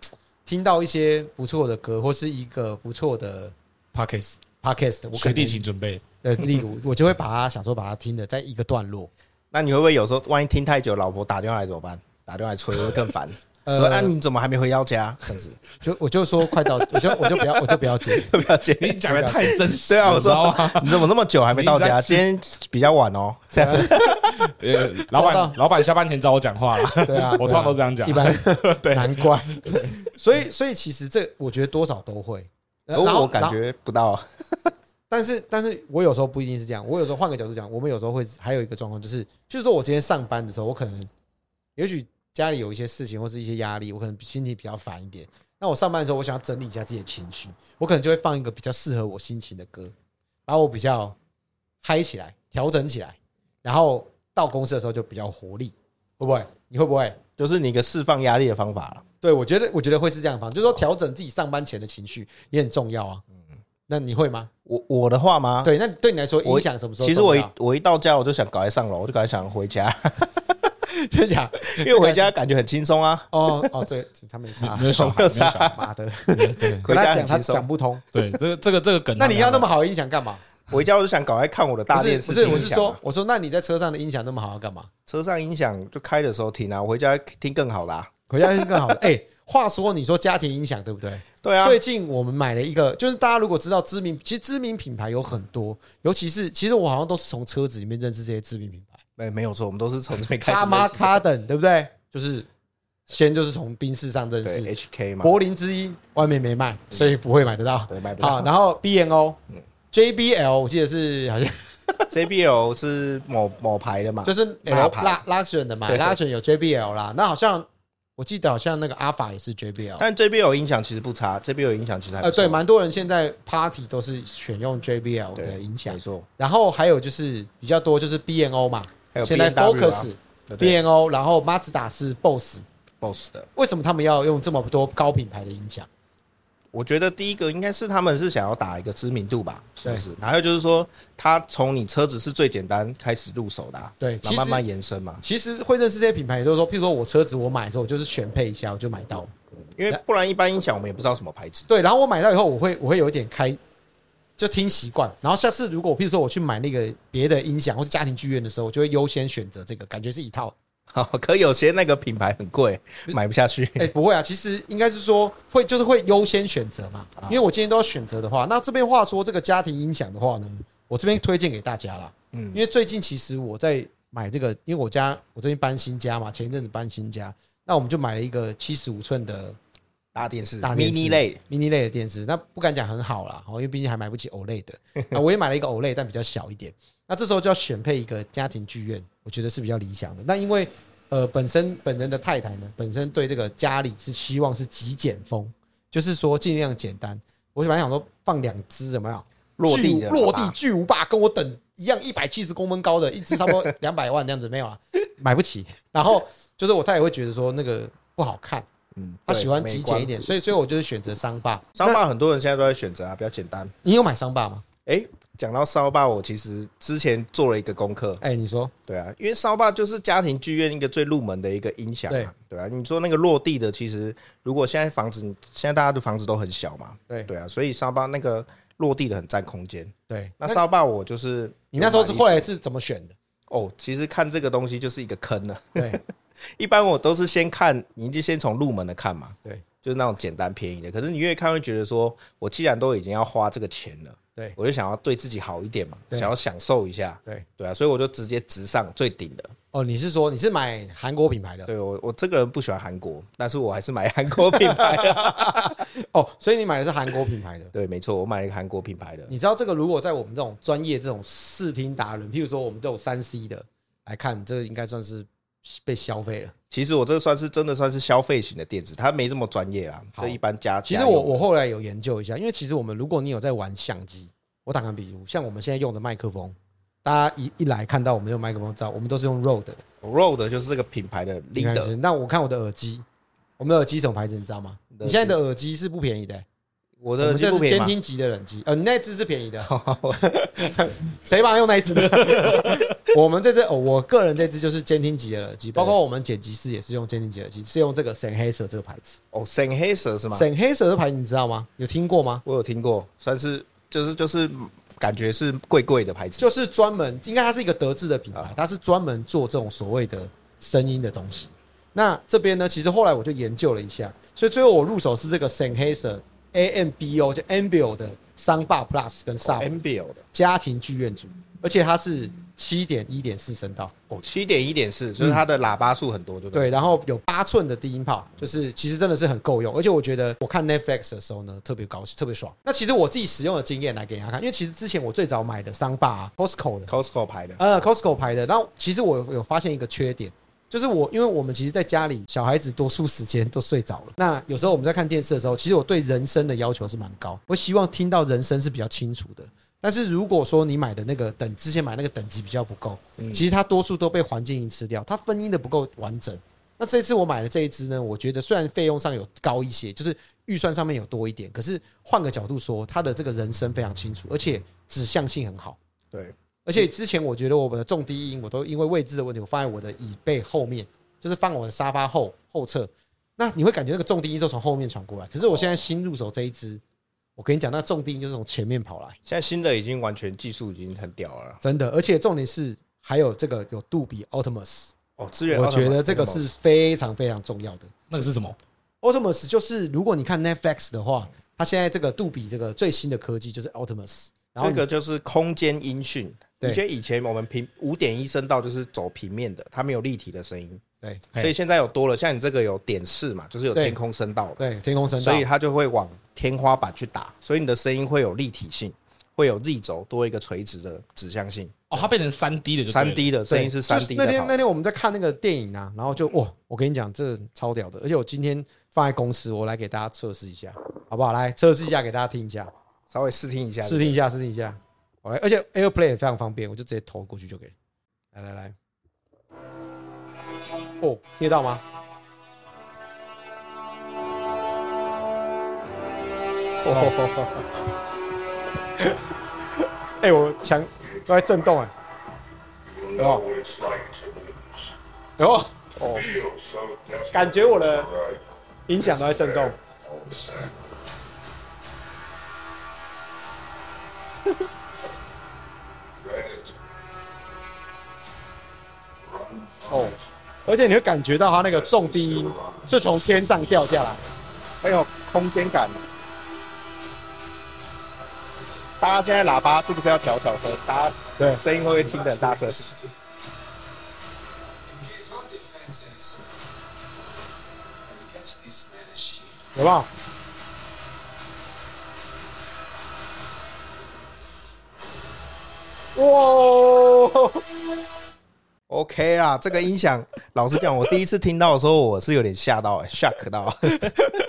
听到一些不错的歌，或是一个不错的
Pockets
podcast，我可
学
能
弟请 准备。
呃，例如我就会把它想说把它听的在一个段落。
那你会不会有时候万一听太久，老婆打电话来怎么办？打电话来催会更烦。说那
呃，
你怎么还没回到家？这样子
就我就说快到，我就我就不要，我就不要接。
要不要接？
你讲的太真实
对
了，
啊，我
你知道
说
吗？
你怎么那么久还没到
你一直
家？
在吃
今天比较晚哦。这样
呃，
找到
老板，老板下班前找我讲话了，
对啊，
我通常都这样
对啊
讲
一。般
对
难怪。所以，所以其实这我觉得多少都会。呃然后
我感，
然后
觉不到。
但是，但是我有时候不一定是这样。我有时候换个角度讲，我们有时候会还有一个状况，就是就是说我今天上班的时候，我可能也许家里有一些事情或是一些压力，我可能心情比较烦一点。那我上班的时候，我想要整理一下自己的情绪，我可能就会放一个比较适合我心情的歌，把我比较嗨起来，调整起来，然后到公司的时候就比较活力，会不会？你会不会？
就是你一个释放压力的方法了。
对我觉得，我觉得会是这样的方法，就是说调整自己上班前的情绪也很重要啊。那你会吗？
我我的话吗？
对，那对你来说
我
影响什么时候重要？
其实我一我一到家我就想赶快上楼，我就赶快想回家，
真假？
因为回家感觉很轻松啊。
哦哦，对，他没差
没，有小孩，没有小孩。
妈的，
对
回
跟他
家
讲
很
他
轻松
讲。不通。
对，这个这个这个梗，
那你要那么好的音响干嘛？
回家我就想赶快看我的
不
大
是
电
不
视。
是，我
听
是
一下
说
嘛，
我说那你在车上的音响那么好要干嘛？
车上音响就开的时候听啊，我回家听更好啦。
回家听更好了。 哎，话说你说家庭音响对不对？
对啊，
最近我们买了一个，就是大家如果知道知名，其实知名品牌有很多，尤其是其实我好像都是从车子里面认识这些知名品牌。
没没有错，我们都是从这边开始
卡玛
认识的。
卡等，对不对？就是先就是从冰室上认
对
识，
HK 嘛，
柏林之音外面没卖，所以不会买得到。
对买不嗯
好，
到。
啊然后 BNO、JBL，我记得是好像
啊 JBL 是某某牌的嘛，
就是
大
L
牌
拉拉选的嘛，
对
拉选有 JBL 啦。那好像我记得好像那个阿法也是 JBL。
但 JBL 音响其实不差，JBL 音响其实哎还不
呃，
错
对，蛮多人现在 party 都是选用 JBL
对
的音响
没，错。
然后还有就是比较多就是 BNO 嘛，
还有
现在
BMW 啊
Focus、
对不对
BNO，然后 Mazda 是 Boss，
Boss 的，
为什么他们要用这么多高品牌的音响？
我觉得第一个应该是他们是想要打一个知名度吧，是不是？还有就是说，他从你车子是最简单开始入手的啊、
对
然
其
后
实
慢慢延伸嘛。
其实会认识这些品牌，也就是说，譬如说我车子我买的时候，我就是选配一下，我就买到。
因为不然一般音响我们也不知道什么牌子，
对，然后我买到以后，我会我会有一点开，就听习惯。然后下次如果譬如说我去买那个别的音响或是家庭剧院的时候，我就会优先选择这个，感觉是一套。
好，可有些那个品牌很贵，买不下去。
哎、不会啊，其实应该是说会就是会优先选择嘛，因为我今天都要选择的话，那这边话说这个家庭音响的话呢，我这边推荐给大家啦，
嗯
因为最近其实我在买这个，因为我家我最近搬新家嘛，前一阵子搬新家，那我们就买了一个七十五寸的
大电视、
大电视
mini 类，
mini 类的电视，那不敢讲很好啦，哦，因为毕竟还买不起 OLED 的。啊，我也买了一个 OLED，但比较小一点。那这时候就要选配一个家庭剧院，我觉得是比较理想的。那因为呃，本身本人的太太呢，本身对这个家里是希望是极简风，就是说尽量简单。我本来想说放两只怎么样，
落地
巨
的，
无落地巨无霸，跟我等一样一百七十公分高的，一只差 不多两百万这样子，没有啊，买不起。然后就是我太太会觉得说那个不好看，
嗯，
她
对
喜欢极简一。点，所以所以我就是选择商霸。
烧霸很多人现在都在选择啊，比较简单。
你有买商霸吗？
哎，讲到烧霸，我其实之前做了一个功课，
哎、你说
对啊，因为烧霸就是家庭剧院一个最入门的一个音响、
对
啊，对啊。你说那个落地的，其实如果现在房子，现在大家的房子都很小嘛，
对
对啊，所以烧霸那个落地的很占空间。
对，
那烧霸我就是
你那时候是后
有买
来
一组
是怎么选 的？
哦，其实看这个东西就是一个坑了。
对，
一般我都是先看，你就先从入门的看嘛，
对，
就是那种简单便宜的。可是你越看会觉得说，我既然都已经要花这个钱了，
对
我就想要对自己好一点嘛，
对
想要享受一下，
对
对啊，所以我就直接直上最顶的，
哦，你是说你是买韩国品牌的
对我，我这个人不喜欢韩国，但是我还是买韩国品牌 啊。
哦，所以你买的是韩国品牌的。
对，没错，我买了一个韩国品牌的。
你知道这个如果在我们这种专业这种视听达人，譬如说我们这种三 C 的来看，这应该算是被消费了。
其实我这算是真的算是消费型的电子，它没这么专业啦，
好
就一般家。
其
家
实
用
我我后来有研究一下，因为其实我们如果你有在玩相机，我打个比如，像我们现在用的麦克风，大家一一来看到我们用麦克风照，我们都是用 Rode 的。
Rode 就是这个品牌的
你看是
leader，
那我看我的耳机，我们的耳机什么牌子你知道吗？
你的
你现在的耳机是不便宜的、
我
我
的
们
就
这
不
是
便宜
监
嘛。
听级的耳机，呃，你那只是便宜的，
哦
谁把它用那一 只的？我们这只，哦我个人这只就是监听级的耳机，包括我们剪辑师也是用监听级的耳机，是用这个 Sennheiser 这个牌子。
哦，Sennheiser 是吗？
Sennheiser 的牌子你知道吗？有听过吗？
我有听过，算是就是就是感觉是贵贵的牌子。
就是专门，应该它是一个德制的品牌，它是专门做这种所谓的声音的东西。那这边呢，其实后来我就研究了一下，所以最后我入手是这个 Sennheiser AMBO 就 Ambio 的 Soundbar Plus 跟 Sub
MBO 的
家庭剧院组，而且它是七点一点四声道，
哦，七点一点四，
嗯
就是它的喇叭数很多，对不
对，？然后有八寸的低音炮，就是其实真的是很够用，而且我觉得我看 Netflix 的时候呢，特别高兴，特别爽。那其实我自己使用的经验来给大家看，因为其实之前我最早买的 Soundbar 啊 Costco 的。
Costco 牌的，
呃，Costco 牌的。然后其实我有有发现一个缺点，就是我因为我们其实在家里，小孩子多数时间都睡着了。那有时候我们在看电视的时候，其实我对人声的要求是蛮高，我希望听到人声是比较清楚的。但是如果说你买的那个等之前买那个等级比较不够，其实它多数都被环境音吃掉，它分音的不够完整。那这次我买的这一支呢，我觉得虽然费用上有高一些，就是预算上面有多一点，可是换个角度说，它的这个人声非常清楚，而且指向性很好。
对，
而且之前我觉得我们的重低音，我都因为位置的问题，我放在我的椅背后面，就是放我的沙发后后侧。那你会感觉那个重低音都从后面传过来。可是我现在新入手这一支，我跟你讲，那重低音就是从前面跑来，
现在新的已经完全技术已经很屌了。
真的。而且重点是还有这个有杜比 Optimus，
哦，资源
我觉得这个是非常非常重要的。
那个是什么？
Optimus 就是如果你看 Netflix 的话，它现在这个杜比这个最新的科技就是 Optimus，然后
这
你
个就是空间音讯。
对
的确，以前我们平五点一声道就是走平面的，它没有立体的声音，
对
嘿
所以现在有多了，像你这个有点视嘛，就是有
对
天空声道的，
对天空声道
所以它就会往天花板去打，所以你的声音会有立体性，会有 Z 轴多一个垂直的指向性，
哦，它变成三 D 的就对了，
三 D 的声音是三
就是
D
那
的
天
跑
那天我们在看那个电影啊，然后就哇，我跟你讲，这个超屌的，而且我今天放在公司，我来给大家测试一下，好不好？来测试一下，给大家听一下，
稍微试听一下，
试听一下，试听一下。好来，而且 AirPlay 也非常方便，我就直接投过去就可以了。来来来，哦，听得到吗？
哦，
哎、我墙都在震动哎、
You'll know what it's like to lose.
哎呦，
To feel so desperate.
感觉我的
Right.
音响都在震 动。
All the same.
哦，而且你会感觉到它那个重低音是从天上掉下来。
很有哎空间感。大家现在喇叭是不是要调小声？大家
对
声音会不会听得很大声？
Engage all defenses. And catch this man a shield.
有没有？哇！
OK 啦，这个音响，老实讲，我第一次听到的时候，我是有点吓到、欸、，shock 到，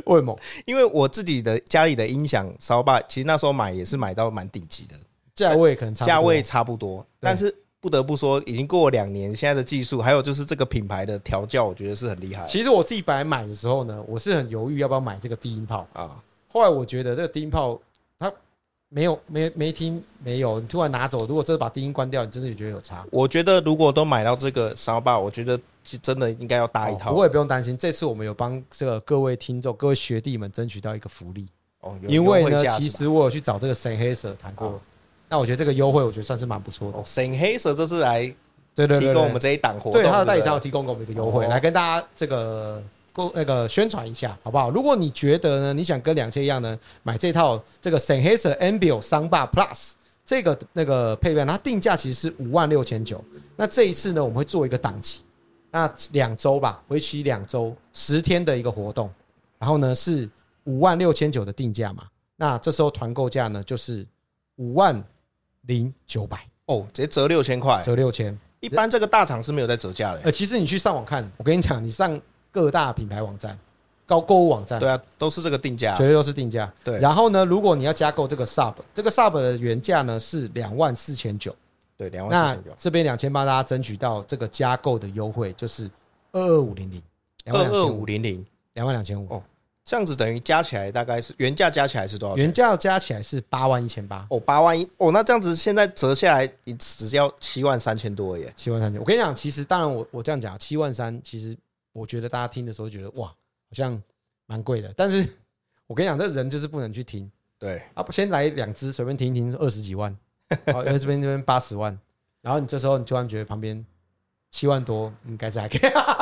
为什么？
因为我自己的家里的音响烧吧，其实那时候买也是买到蛮顶级的，
价位可能差不多
价位差不多，但是不得不说，已经过了两年，现在的技术，还有就是这个品牌的调教，我觉得是很厉害
其实我自己本来买的时候呢，我是很犹豫要不要买这个低音炮。
啊。
后来我觉得这个低音炮它没有没没听没有，你突然拿走，如果真的把低音关掉，你真的觉得有差。
我觉得如果都买到这个烧吧，我觉得是真的应该要搭一
哦
套
不过也不用担心，这次我们有帮这个各位听众、各位学弟们争取到一个福利。
哦，有
因为
优
呢
惠价，
其
是吧
实我有去找这个 s e n h e s e r 谈过
哦，
那我觉得这个优惠我觉得算是蛮不错的
哦，。沈黑蛇这次来
对对对，
提
对
供我们这一档活动，
对他的代理
不
商有提供给我们一个优惠，
哦
来跟大家这个购那个宣传一下，好不好？如果你觉得呢，你想跟两千一样呢，买这套这个 s e n h e s e r Ambio 商霸 Plus。这个那个配备，它定价其实是五万六千九。那这一次呢，我们会做一个档期，那两周吧，为期两周，十天的一个活动。然后呢是五万六千九的定价嘛，那这时候团购价呢就是五万零九百
哦，直接折六千块。
折六千。
一般这个大厂是没有在折价的、
呃，其实你去上网看，我跟你讲，你上各大品牌网站、高购物网站，
对啊，都是这个定价
绝。对都是定价。
对
然后呢，如果你要加购这个 sub，这个 sub 的原价呢是两万四千九，
对，两万
那
四千九，
这边两千八，大家争取到这个加购的优惠就是二二五零零，两
二
万
二
两千
五
五，
零零，
两万两千五
哦，这样子等于加起来大概是原价加起来是多少钱？
原价加起来是八万一千八，
哦，八万一哦，那这样子现在折下来，你只要七万三千多耶。
七万三千。我跟你讲，其实当然我我这样讲，七万三，其实我觉得大家听的时候觉得哇，好像蛮贵的，但是 我跟你讲，这人就是不能去听。
对，
啊，不先来两只随便停一停，二十几 万，好，因为这边这边八十万，然后你这时候你突然觉得旁边七万多，应该是还可以，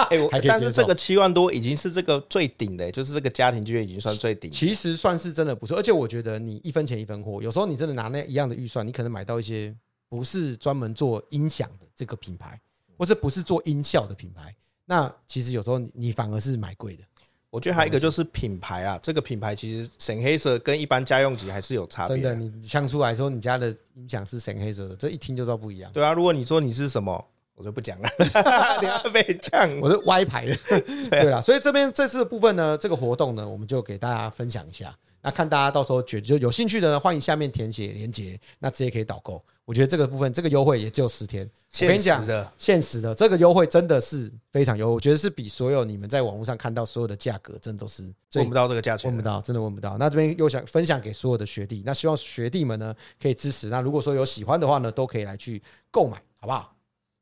哎、我
还可以
但
接
是
受
这个七万多已经是这个最顶的，就是这个家庭剧院已经算最 顶。
其实算是真的不错。而且我觉得你一分钱一分货，有时候你真的拿那一样的预算，你可能买到一些不是专门做音响的这个品牌，或是不是做音效的品牌，那其实有时候你你反而是买贵的。
我觉得还有一个就是品牌啊，这个品牌其实沈黑色跟一般家用级还是有差
真
别啊
的，
的。
你你像出来说你家的音响是沈黑色的，这一听就知道不一样。
对啊，如果你说你是什么，我就不讲 了，等一下被呛。
我是歪牌的， 对啊啦，所以这边这次的部分呢，这个活动呢，我们就给大家分享一下。那看大家到时候觉得就有兴趣的呢，欢迎下面填写连接，那直接可以导购。我觉得这个部分这个优惠也只有十天，我跟
现
你讲
实，的，
限时的这个优惠真的是非常优惠，我觉得是比所有你们在网络上看到所有的价格，真的都是最
问不到这个价钱，
问不。到，真的问不到。那这边又想分享给所有的学弟，那希望学弟们呢可以支持。那如果说有喜欢的话呢，都可以来去购买，好不好？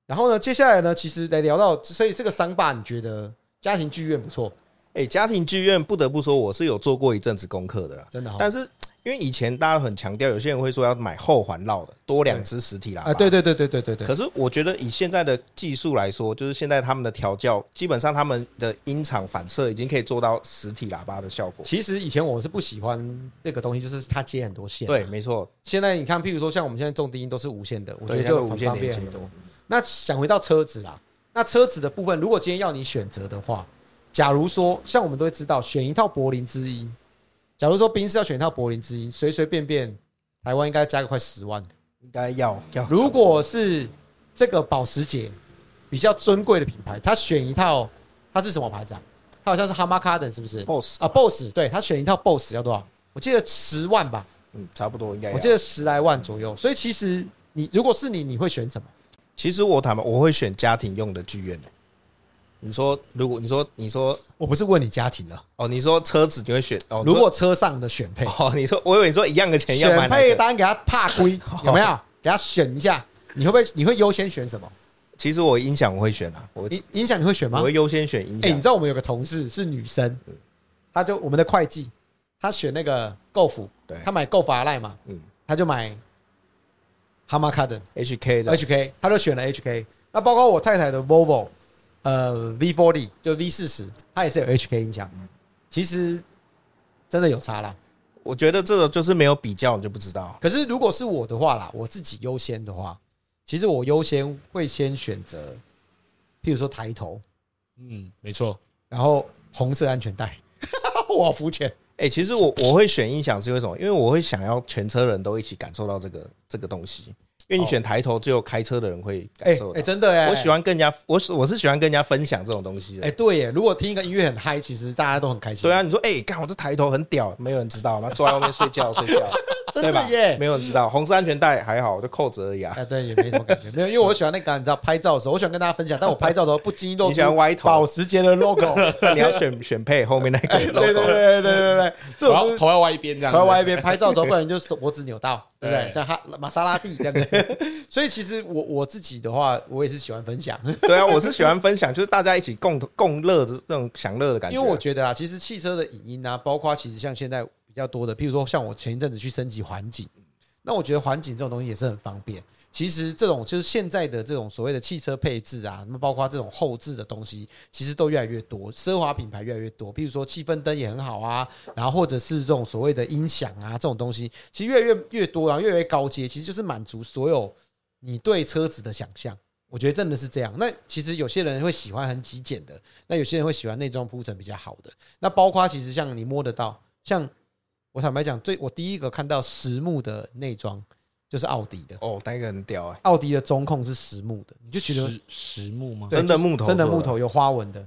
然后呢，接下来呢，其实来聊到，所以这个商霸，你觉得家庭剧院不错，
哎、家庭剧院不得不说，我是有做过一阵子功课的啦。啊
真的好
但是因为以前大家很强调，有些人会说要买后环绕的，多两只实体喇叭。
啊！对对对对对对对
可，是我觉得以现在的技术来说，就是现在他们的调教，基本上他们的音场反射已经可以做到实体喇叭的效果。
其实以前我是不喜欢这个东西，就是它接很多线。
对，，没错，
现在你看，譬如说像我们现在重低音都是无线的，我觉得就
对现在都
很
无线
方便
连
很
接
多。那想回到车子啦，那车子的部分，如果今天要你选择的话，假如说像我们都会知道，选一套柏林之音，假如说宾士要选一套柏林之音，随随便便台湾应该加个快十万。
应该要要。
如果是这个保时捷比较尊贵的品牌，他选一套，它是什么牌子啊？它好像是哈马卡 d 是不是
Boss
啊，Boss，对，他选一套 Boss 要多少？我记得十万吧。
嗯，差不多应该要。
我记得十来万左右。所以其实你如果是你，你会选什么？
其实我坦白，我会选家庭用的剧院的。你说，如果你说你说
我不是问你家庭了，
哦，你说车子你会选哦？你说
如果车上的选配，
哦，你说我以为你说一样的钱要买
选
哪一
配
个？哦
单给他怕 归有没有？给他选一下，你会不会你会优先选什么？
其实我音响我会选啊，我
影影响你会选
我
吗？
会优先选音
哎，你
响嗯
知。道我们有个同事是女生，她就我们的会计，她选那个 Golf，
对
她买 Golf 阿赖嘛，
嗯
她就买哈马卡的。
，HK 的
HK，他就选了 HK。那包括我太太的 Volvo，呃，V40 就 V 四十，它也是有 HK 音响。
嗯
其实真的有差啦。
我觉得这个就是没有比较，你就不知道。
可是如果是我的话啦，我自己优先的话，其实我优先会先选择，譬如说抬头，
嗯，没错，
然后红色安全带。 我好肤浅，
哎、其实我我会选音响是为什么？因为我会想要全车人都一起感受到这个这个东西。因为你选抬头，只有开车的人会
哎哦
感
哎、
受到。
真的哎、
我喜。欢跟人家，我是我是喜欢跟人家分享这种东西
哎、
的。
对耶，如果听一个音乐很嗨，其实大家都很开心。
对啊，你说哎，干、我这抬头很屌，没有人知道，妈坐在外面睡 觉睡觉，
真
对
的
吧
耶
没有人知道。红色安全带还好，我就扣着而已啊。
啊，对，也没什么感觉，没有，因为我喜欢那个，你知道，拍照的时候，我喜欢跟大家分享，但我拍照的时候不经意露
你
出
喜欢歪头
保时捷的 logo，
那你要选选配后面那个
哎 对对对
logo，
对对对对，这种
头要
就是
头要歪一边这样子，
头歪一边拍照的时候，不然你就手脖子扭到，对不对？
对
像哈玛莎拉蒂这样子。 所以其实我我自己的话，我也是喜欢分享，
对啊，我是喜欢分享，就是大家一起共同共乐的这种享乐的感觉。
因为我觉得啊，其实
嗯
汽车的影音啊，包括其实像现在比较多的，譬如说像我前一阵子去升级环境，那我觉得环景这种东西也是很方便。其实这种就是现在的这种所谓的汽车配置啊，那么包括这种后置的东西，其实都越来越多，奢华品牌越来越多。比如说气氛灯也很好啊，然后或者是这种所谓的音响啊，这种东西其实越来越越多，然后越来越高阶，其实就是满足所有你对车子的想象。我觉得真的是这样。那其实有些人会喜欢很极简的，那有些人会喜欢内装铺陈比较好的。那包括其实像你摸得到，像我坦白讲，最我第一个看到实木的内装就是奥迪的，
哦，那个很屌哎、
奥迪的中控是实木的，你就觉得
实实木吗？
对
真的
就是
木头
真的
做的
木头有花纹的，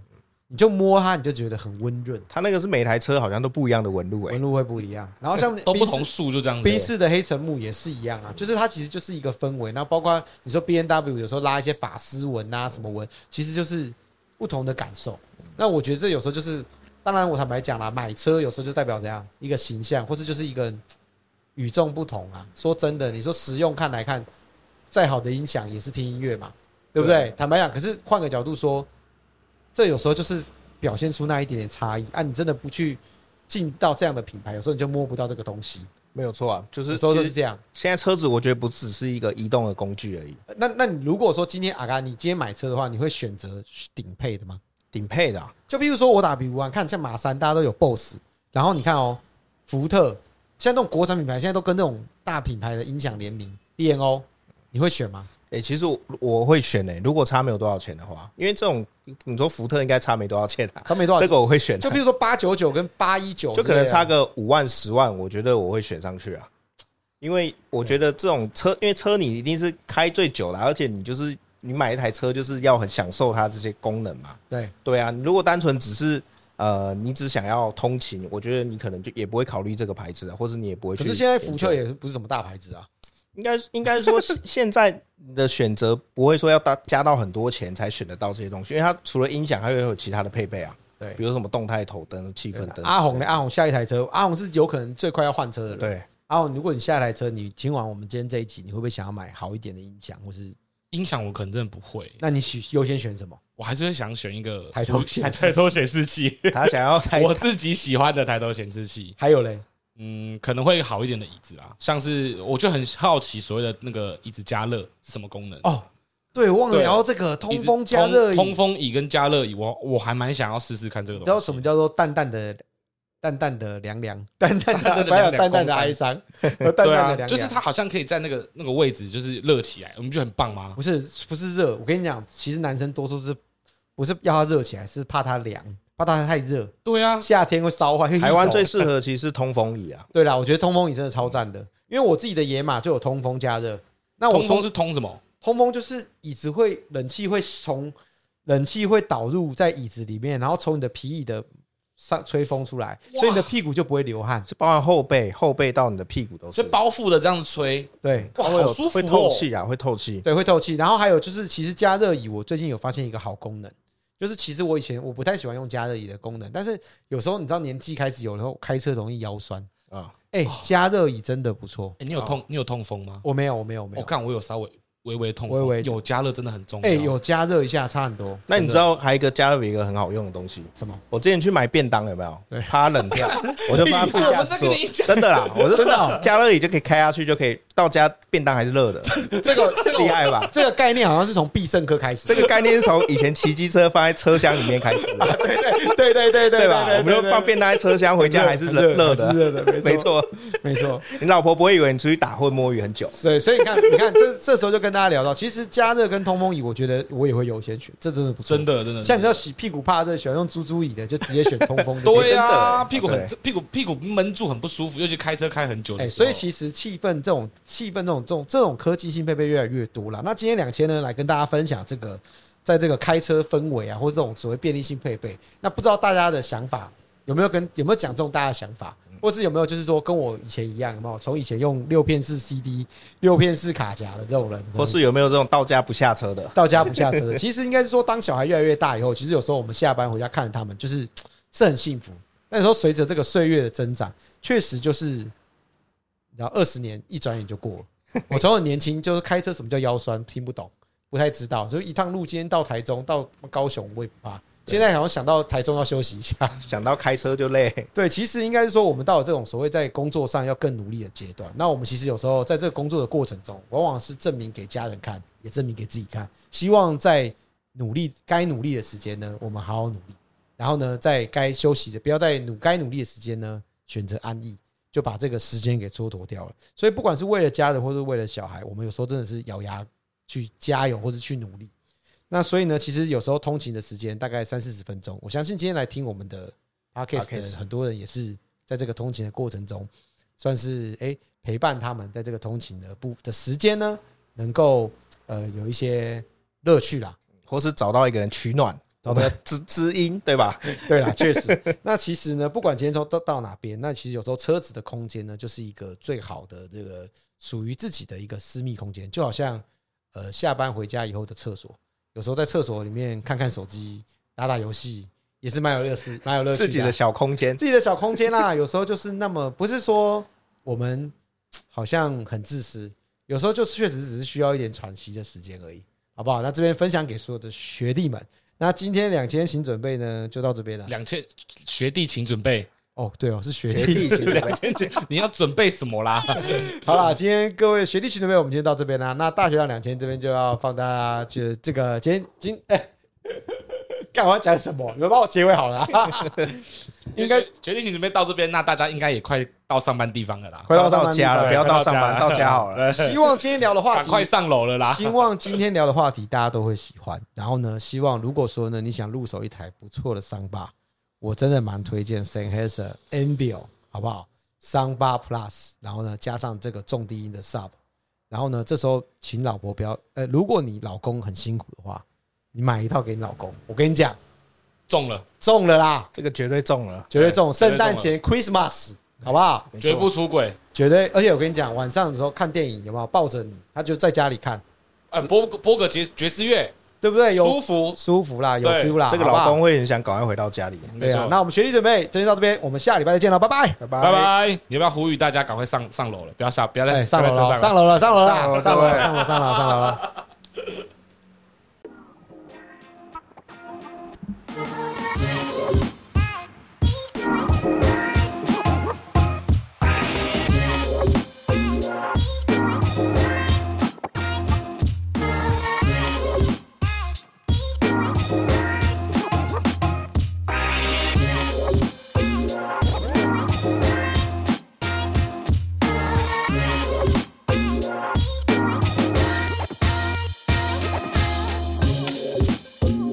你就摸它，你就觉得很温润，
他那个是每台车好像都不一样的纹路哎、
纹路会不一样。然后像
都不
B4
同树就这样子
B 四的黑沉木也是一样啊，就是它其实就是一个氛围。那包括你说 B N W 有时候拉一些法丝纹啊什么纹，其实就是不同的感受。那我觉得这有时候就是，当然我坦白讲啦，买车有时候就代表怎样一个形象，或是就是一个与众不同啊。说真的，你说实用看来看，再好的音响也是听音乐嘛，对不对？
对
坦白讲，可是换个角度说，这有时候就是表现出那一点点差异啊。你真的不去进到这样的品牌，有时候你就摸不到这个东西。
没有错啊，就
有
是
时候
其
都
实
是这样。
现在车子我觉得不只是一个移动的工具而已，
呃那那你如果说今天阿嘎，你今天买车的话，你会选择顶配的吗？
顶配的啊、
就比如说我打比方，看像马三，大家都有 BOSS，然后你看哦，福特，像这种国产品牌，现在都跟那种大品牌的音响联名，B N O，你会选吗？
哎、其实我我会选哎、如果差没有多少钱的话，因为这种你说福特应该差没多少钱啊，
差没多少
这
钱，
个我会选啊、
就比如说八九九跟八一九，
就可能差个五万十万，我觉得我会选上去啊，因为我觉得这种车，因为车你一定是开最久啊了，而且你就是你买一台车就是要很享受它这些功能嘛。
对，
对啊，你如果单纯只是呃你只想要通勤，我觉得你可能就也不会考虑这个牌子啊，或者你也不会去
可
研究。
是现在福特也不是什么大牌子啊，
应该应该 说现现在的选择不会说要搭加到很多钱才选得到这些东西，因为它除了音响，还会有其他的配备啊，
对
比如什么动态头灯、气氛灯。
阿红呢？？阿红下一台车，阿红是有可能最快要换车的人。
对，
阿红，如果你下一台车，你听完我们今天这一集，你会不会想要买好一点的音响，或是
音响我可能真的不会，
那你选优先选什么？
我还是会想选一个
抬头显示器
抬头显示器，
他想要才
我自己喜欢的抬头显示器。
还有嘞，
嗯，可能会好一点的椅子啦，像是我就很好奇所谓的那个椅子加热是什么功能。
哦，对，忘了
对
聊到这个通
椅子
风加热椅。
啊通通风椅跟加热椅，我我还蛮想要试试看这个
你
东
知道
西。
什么叫做淡淡的、淡淡的凉 凉、淡淡的、
淡淡的
还有
凉凉
淡淡的
公
哀
分
伤 哦和淡淡
对
的
啊
凉凉？，
就是它好像可以在那个那个位置就是热起来，我们就很棒吗？
不是不是热，我跟你讲，其实男生多数是不是要它热起来，是怕它凉，怕它太热，
对啊，
夏天会烧坏。会
台湾
一抖
最适合其实是通风椅啊，
对啦，我觉得通风椅真的超赞的，因为我自己的野马就有通风加热。那我
通
说
风是通什么？
通风就是椅子会冷气会从冷气会导入在椅子里面，然后从你的皮椅的上吹风出来，所以你的屁股就不会流汗。
是包含后背，后背到你的屁股都，
就是包覆的这样子吹，
对
它
哇，
会有
好舒服
会透
哦！
气啊，会透气。
对，会透气。然后还有就是，其实加热椅我最近有发现一个好功能，就是其实我以前我不太喜欢用加热椅的功能，但是有时候你知道年纪开始有，然后开车容易腰酸，
啊，
哎、加热椅真的不错。
哎，你有痛你有痛风吗？
我没有，我没有，我没
我
有。
看我有稍微微微痛
微
风
微，
有加热真的很重要。
哎、有加热一下差很多。
那你知道还有一个加勒比一个很好用的东西，
什么？
我之前去买便当有没有
对？
趴 冷掉，我就放在副驾驶座
我在跟你，讲
真的啦，我
真的哦
是加热椅就可以开下去，就可以到家便当还是 热的，
这个这
厉害吧？
这个概念好像是从必胜客开始。
这个概念是从以前骑机车放在车厢里面开始的，
对对对
对吧？我们就放便当在车厢，回家还是热热
还是热的
的，
没
没
错
错。
没错。
你老婆不会以为你出去打混摸鱼很久，
所以所以你看，你看这这时候就跟大家聊到，其实加热跟通风椅，我觉得我也会优先选，这真的不错。
真的真的，
像你知道洗屁股怕热，喜欢用猪猪椅的，就直接选通风的。
对
真的
啊，
欸
屁股很
对
屁股屁股闷住很不舒服，尤其开车开很久
哎、
的时候。
所以其实气氛这种气氛这种这种这种科技性配备越来越多了。那今天两千呢，来跟大家分享这个，在这个开车氛围啊，或者这种所谓便利性配备，那不知道大家的想法有没有跟有没有讲中大家的想法，
嗯
或是有没有就是说跟我以前一样，有没有从以前用六片式 CD、六片式卡夹的这种人，
或是有没有这种到家不下车的？
到家不下车的。其实应该是说，当小孩越来越大以后，其实有时候我们下班回家看着他们，就是嘖是很幸福。那时候随着这个岁月的增长，确实就是，然后二十年一转眼就过了。我从很年轻就是开车，什么叫腰酸，听不懂，不太知道。就一趟路今天到台中到高雄，我也不怕。现在好像想到台中要休息一下。
想到开车就累，
对，其实应该是说，我们到了这种所谓在工作上要更努力的阶段，那我们其实有时候在这个工作的过程中，往往是证明给家人看，也证明给自己看。希望在努力该努力的时间呢，我们好好努力；然后呢，在该休息的，不要在努该努力的时间呢，选择安逸，就把这个时间给蹉跎掉了。所以，不管是为了家人，或是为了小孩，我们有时候真的是咬牙去加油，或是去努力。那所以呢，其实有时候通勤的时间大概三四十分钟，我相信今天来听我们的 podcast 的
Podcast
很多人也是在这个通勤的过程中，算是哎、陪伴他们在这个通勤的部的时间呢，能够呃有一些乐趣啦。
或是找到一个人取暖，找到 知知音，对吧？
对啦，确实。那其实呢，不管今天从到到哪边，那其实有时候车子的空间呢，就是一个最好的这个属于自己的一个私密空间，就好像呃下班回家以后的厕所，有时候在厕所里面看看手机、打打游戏，也是蛮有乐思、蛮有乐趣
自己的
啊
小空 间，
自己的小空间啊啦、有时候就是那么不是说我们好像很自私，有时候就确实只是需要一点喘息的时间而已，好不好？那这边分享给所有的学弟们。那今天两千行准备呢，就到这边了。
两千学弟，请准备
哦，对哦，是学
学
弟。
弟型的
两千姐，你要准备什么啦？
好啦，今天各位学弟群的朋友，我们今天到这边啦。那大学长两千这边就要放大家去这个今天今哎，干、我要讲什么？你们帮我结尾好了、 啊，应该
决定请准备到这边，那大家应该也快到上班地方了啦，
回到上
到
班
家
地
了，
方
不要到上班，
快
到
到
家好了。
希望今天聊的话
赶
题
快上 楼了啦。
希望今天聊的话题大家都会喜欢。然后呢，希望如果说呢你想入手一台不错的桑巴，我真的蛮推荐 Sennheiser Ambio，好不好？桑巴 Plus，然后呢加上这个重低音的 Sub，然后呢这时候请老婆不要，呃，如果你老公很辛苦的话，你买一套给你老公，我跟你讲
中了，
中了啦，
这个绝对中了，
哎绝对中，哎
绝对
圣
中了
诞节 Christmas，好不好？
没错
绝不出轨。
绝对，而且我跟你讲，晚上的时候看电影有没有抱着你，他就在家里看，
呃，播播个爵爵士乐，
对不对？哎有
舒服。
舒服啦，有
对
feel 啦，
这个
好不好
老公会很想赶快回到家里。
对
没
啊
错，，
那我们学历准备，今天到这边，我们下礼拜再见了，拜拜。
拜拜
拜拜！你要不要呼吁大家赶快上上楼了？不要下，不要
哎，
再
上楼
不要再
了，
车上
上楼了，上楼了，
上
上
楼
楼，
了
上楼，
各位
上楼，上楼，上楼了。
Thank